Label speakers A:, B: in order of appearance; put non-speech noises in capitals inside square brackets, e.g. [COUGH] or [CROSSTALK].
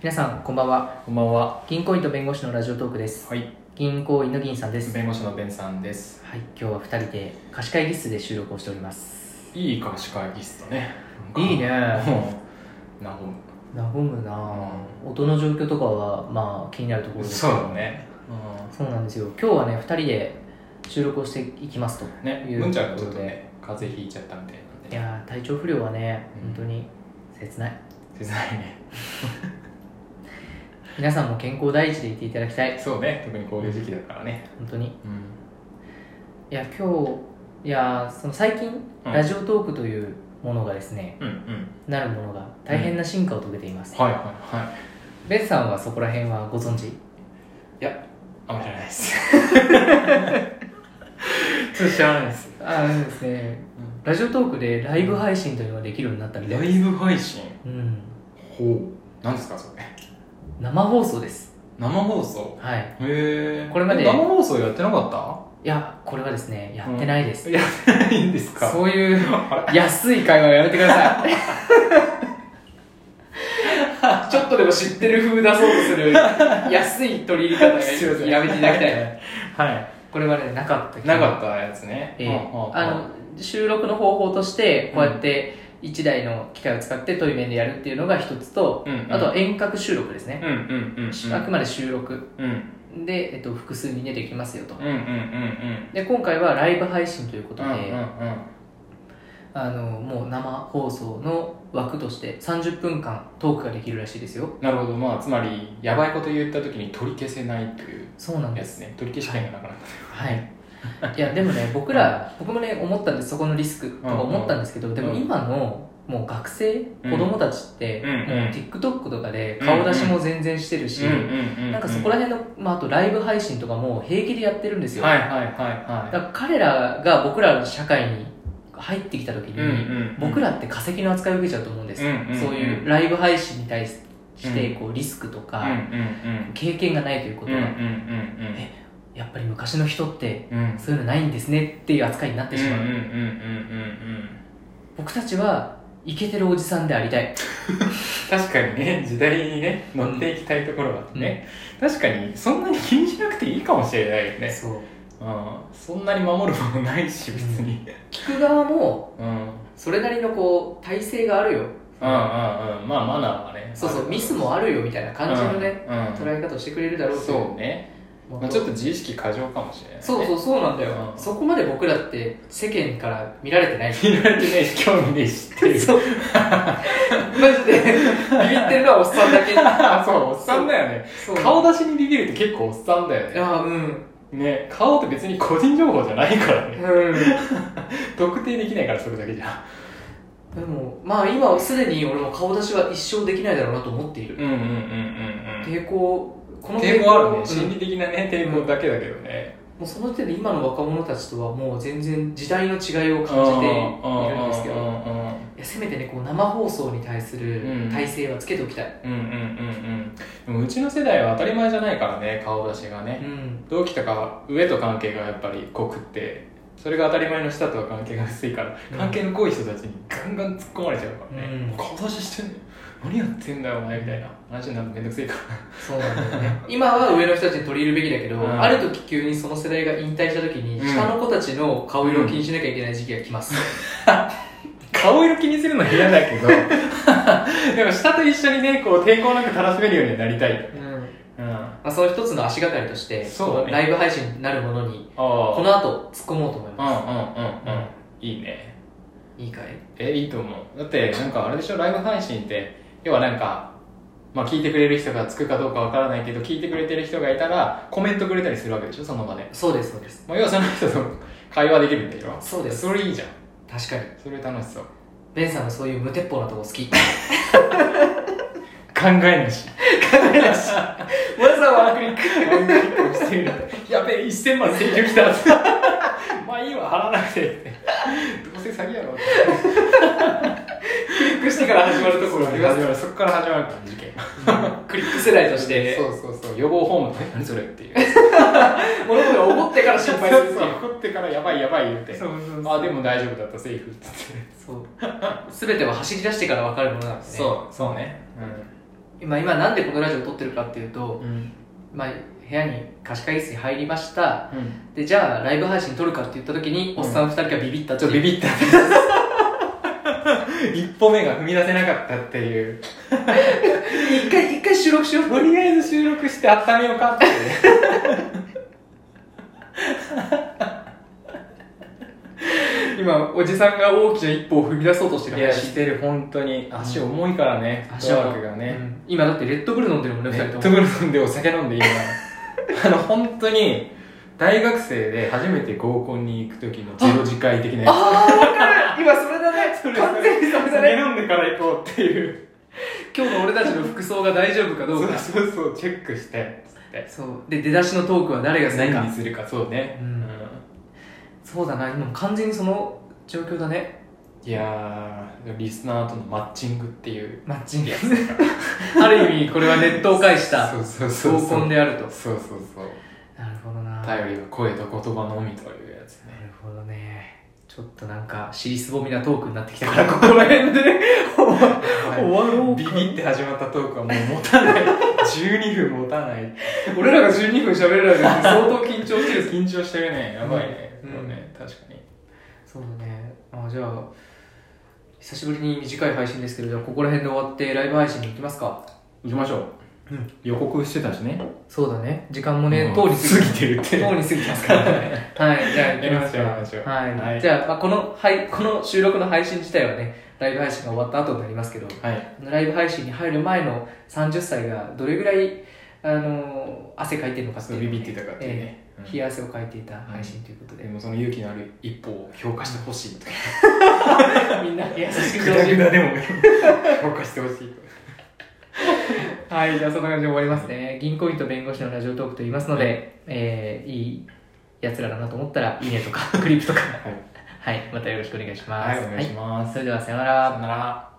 A: 皆さんこんばんは
B: こんばんは。
A: 銀行員と弁護士のラジオトークです
B: はい。
A: 銀行員の銀さんですはい
B: 弁護士のベンさんです。
A: 今日は2人で貸し会議室で収録をしております
B: いい貸し会議室だね。
A: いいね
B: なんか。うんなほ
A: 和むなあ音の状況とかはまあ気になるところ
B: む。
A: です
B: そうだね。
A: そうなんですよ今日はね2人で収録をしていきますと
B: うん。ね、
A: いう
B: 文ちゃんが
A: こ
B: ちょ
A: と
B: っと
A: で
B: ね、風邪ひいちゃったみたいなん
A: い
B: で。
A: やー体調不良はね
B: うん
A: 本当に切ない
B: 切ないね。
A: 皆さんも健康第一でいていただきたい
B: [LAUGHS] そうね、特にこういう時期だからね。
A: 本当に
B: うん。
A: いや今日いやーその最近、
B: うん
A: ラジオトークというものがですね
B: うんうん。
A: なるものが大変な進化を遂げています、
B: はいはいはい。
A: ベンさんはそこら辺はご存知
B: いや、あんま知らないです。ちょっと知らないです。
A: ああですね
B: うん
A: ラジオトークでライブ配信というのができるようになったみたい
B: ラ
A: で
B: イブ配信
A: す、うん、
B: ほう。なんですか、それ。
A: 生放送です
B: 生放送
A: はい
B: へえ。
A: これまで
B: え生放送やってなかった
A: いやこれはですねやってないです、
B: やって [LAUGHS] ないんですか
A: そう [LAUGHS] いう
B: あ
A: 安い会話はやめてください [LAUGHS] ちょっとでも知ってる風出そうとする安い取り入れ方 [LAUGHS]
B: すいませ
A: が
B: ん
A: やめていただきたい
B: は
A: これまでなかった
B: いなかったやつね
A: ええ
B: うんうん
A: あの収録の方法としてこうやって1台の機械を使ってトイメンでやるっていうのが一つと、
B: うんうん
A: あとは遠隔収録ですね
B: う、んうんうんうん
A: あくまで収録
B: うん
A: で、えっと、複数人でできますよと、
B: うんうんうん
A: で今回はライブ配信ということ
B: う
A: で、
B: んうんうん
A: あのもう生放送の枠として30分間トークができるらしいですよ
B: なるほどまあつまりやばいこと言った時に取り消せないという
A: そうなんで
B: や
A: す
B: つね取り消し権がなかなか
A: はいいやでもね僕ら僕もね思ったんですそこのリスクとか思ったんですけど、でも今のもう学生
B: うん
A: 子供たちって、
B: うんうん
A: もう TikTok とかで顔出しも全然してるし、
B: うん
A: なんかそこら辺の、まあ、あとライブ配信とかも平気でやってるんですよ、
B: はいはいはい
A: だ
B: は
A: から彼らが僕らの社会に入ってきた時
B: い
A: に、僕らって化石の扱いを受けちゃうと思うんです、
B: うんうんうん
A: そういうライブ配信に対してこうリスクと
B: うん
A: か
B: うんうん
A: 経験がないということ
B: うんうんう
A: が、
B: ん
A: えやっぱり昔の人って
B: うんうん
A: そういうのないんですねっていう扱いになってしまう、
B: うんうんうんうんうん
A: 僕たちはイケてるおじさんでありたい
B: 確かにね時代にね乗っていきたいところはね、確かにそんなに気にしなくていいかもしれないよね、
A: そう
B: うん、そんなに守るものないし別に
A: 聞く側も
B: うん、うん、うんうん
A: それなりのこう体制があるよ、
B: まあマナーはね
A: そうそ
B: あ
A: う
B: る
A: ミスもあるよみたいな感じのね、
B: うんうん
A: 捉え方をしてくれるだろうと
B: そうね、
A: ま
B: まあ、ちょっと自意識過剰かもしれない、ね、
A: そうそうそうなんだよ、
B: うん
A: そこまで僕らって世間から見られて
B: [LAUGHS]
A: ない
B: 見られてね興味ねえしっていう
A: [LAUGHS] そうマジでビビってるのはおっさんだけ
B: そうおっさんだよね
A: そう
B: 顔出しにビビるって結構おっさんだよ
A: い
B: ね
A: やうん
B: ね顔って別に個人情報じゃないからね
A: うん
B: 特定できないからそれだけじゃ
A: でもまあ今はすでに俺も顔出しは一生できないだろうなと思っている
B: うんうんうんうんうん
A: 抵抗この
B: 抵抗あるね、
A: うん
B: 心理的なね抵抗だけだけどね、
A: もうその時点で今の若者たちとはもう全然時代の違いを感じているんですけど
B: うんうん
A: いやせめてねこう生放送に対する
B: うん
A: 体制はつけておきたい、
B: うんうんうんでもうちの世代は当たり前じゃないからね顔出しが
A: う
B: ね、
A: ん、
B: 同期とか上と関係がやっぱり濃くってそれが当たり前の下とは関係が薄いから、
A: うん
B: 関係の濃い人たちにガンガン突っ込まれちゃうからね、
A: うん
B: 顔出ししてんのよ何やってんだよお前みたいな話になるのめんどくせえから
A: そうなんだよね [LAUGHS] 今は上の人たちに取り入れるべきだけど、
B: うん
A: ある時急にその世代が引退した時に、
B: うん
A: 下の子たちの顔色を気にしなきゃいけない時期が来ます、
B: 顔色気にするのは嫌だけど [LAUGHS] でも下と一緒にねこう抵抗なく楽しめるようになりたい、
A: うん
B: うん、あ
A: まあ、その一つの足がかりとして
B: そうだね
A: ライブ配信になるものに
B: あ
A: この後突っ込もうと思い
B: うんうん
A: ま
B: うんうんいいね
A: すいいかい
B: えいいと思うだってなんかあれでしょライブ配信って要はなんかまあ聞いてくれる人がつくかどうかわからないけど聞いてくれてる人がいたらコメントくれたりするわけでしょその場で、
A: そうですそうです
B: まあ、要はその人と会話できるんだよ
A: そうです
B: それいいじゃん
A: 確かに
B: それ楽しそう考
A: ベンさんのそういう無鉄砲なとこ好き
B: えなし
A: [LAUGHS] わざわざ
B: 考えなししてるやべえ1000万請求来た
A: [LAUGHS]
B: まあいいわ払わなくてってどうせ詐欺やろって
A: クリックしてから始まるところあります
B: 始まるそこから始まるから事件
A: クリック世代として
B: そうそうそう予防ホームとか何それっていう
A: 物事が起こってから心配するっていう
B: 怒ってからやばいやばい言うて
A: そうそうそう
B: あでも大丈夫だったセーフっつって
A: そう全ては走り出してから分かるものなんですね
B: うそうね
A: 今今なんでこのラジオ撮ってるかっていうと、
B: うん
A: まあ、部屋に貸し会議室に入りました
B: うん
A: でじゃあライブ配信撮るかって言った時に、
B: うん
A: おっさん2人がビビったっ
B: ち
A: て
B: ょっと
A: い
B: ビ
A: う
B: ビった一歩目が踏み出せなかったっていう
A: 一回一回収録しよう
B: とりあえず収録して温めようかって
A: って今おじさんが大きな一歩を踏み出そうとして
B: い
A: る
B: や
A: 話
B: してる本当に足重いからね、フッ
A: 足
B: ト
A: は
B: ワークがね、
A: うん今だってレッドブル飲ん
B: [LAUGHS]
A: でるもんね
B: ネ
A: 2
B: ッ
A: 人
B: ト
A: とも
B: ブル飲んでお酒飲んで [LAUGHS] 今あの本当に大学生で初めて合コンに行く時のゼロ次会的なや
A: ああ分かる今それだね
B: それ
A: 完全にそ
B: つ
A: れだ
B: 酒
A: ね
B: 飲んでから行こうっていう
A: 今日の俺たちの服装が大丈夫かど
B: そうう
A: か
B: そうそうチェックしてつって
A: そうで出だしのトークは誰がする
B: 何
A: か
B: にするかそうね、
A: う
B: うん
A: そうだな今も完全にその状況だね
B: いやーリスナーとのマッチングっていう
A: マッチング
B: や
A: [LAUGHS]
B: つ
A: ある意味これはネットを介した
B: そうそうそう
A: 合
B: そう
A: コンであると
B: そうそうそう
A: なるほどな
B: 頼りは声と言葉のみというやつ [LAUGHS]
A: な
B: ね
A: るほどねちょっとなんか尻すぼみなトークになってきたから [LAUGHS] ここら辺でね終わ終わろう
B: ビ
A: か
B: ビって始まったトークはもう持たない12分持たない
A: 俺らが12分喋るなんて相当緊張してる
B: 緊張してるねやばい
A: う
B: ね、
A: ん
B: もうね確かに
A: そうだねあじゃあ久しぶりに短い配信ですけどじゃあここら辺で終わってライブ配信に行きますか
B: 行きましょう、
A: うん
B: 予告してたしね
A: そうだね時間も
B: も
A: ね通り過ぎ
B: 過ぎてるっ
A: [LAUGHS]
B: て
A: 通り過ぎてますから
B: [LAUGHS]
A: ねはいじゃあ行
B: や
A: き
B: り
A: ま
B: ますし
A: か
B: ょうやりましょう
A: はい、
B: はい
A: じゃあ、まあ、このはいこの収録の配信自体はねライブ配信が終わった後になりますけど
B: はい
A: ライブ配信に入る前の30歳がどれぐらい、あのー汗かいてるのかって
B: そ
A: いうう
B: ビビってたかっていう
A: え
B: ね、
A: え
B: うん
A: 冷や汗をかいていた配信ということで、
B: [LAUGHS] でもその勇気のある一歩を評価してほし
A: [LAUGHS]
B: いとか
A: みんな優しくし
B: グ
A: て
B: ダ
A: ほし
B: グ
A: い
B: ダでも [LAUGHS]
A: [LAUGHS]
B: 評価してほしいと
A: はいじゃあそんな感じで終わりますね銀行員と弁護士のラジオトークと言いますので、
B: はい
A: い、えーいいやつらだなと思ったらいいねとかクリップとか
B: はい
A: はいまたよろしくお願いします、
B: はいお願いします、
A: それではさよう
B: さよなら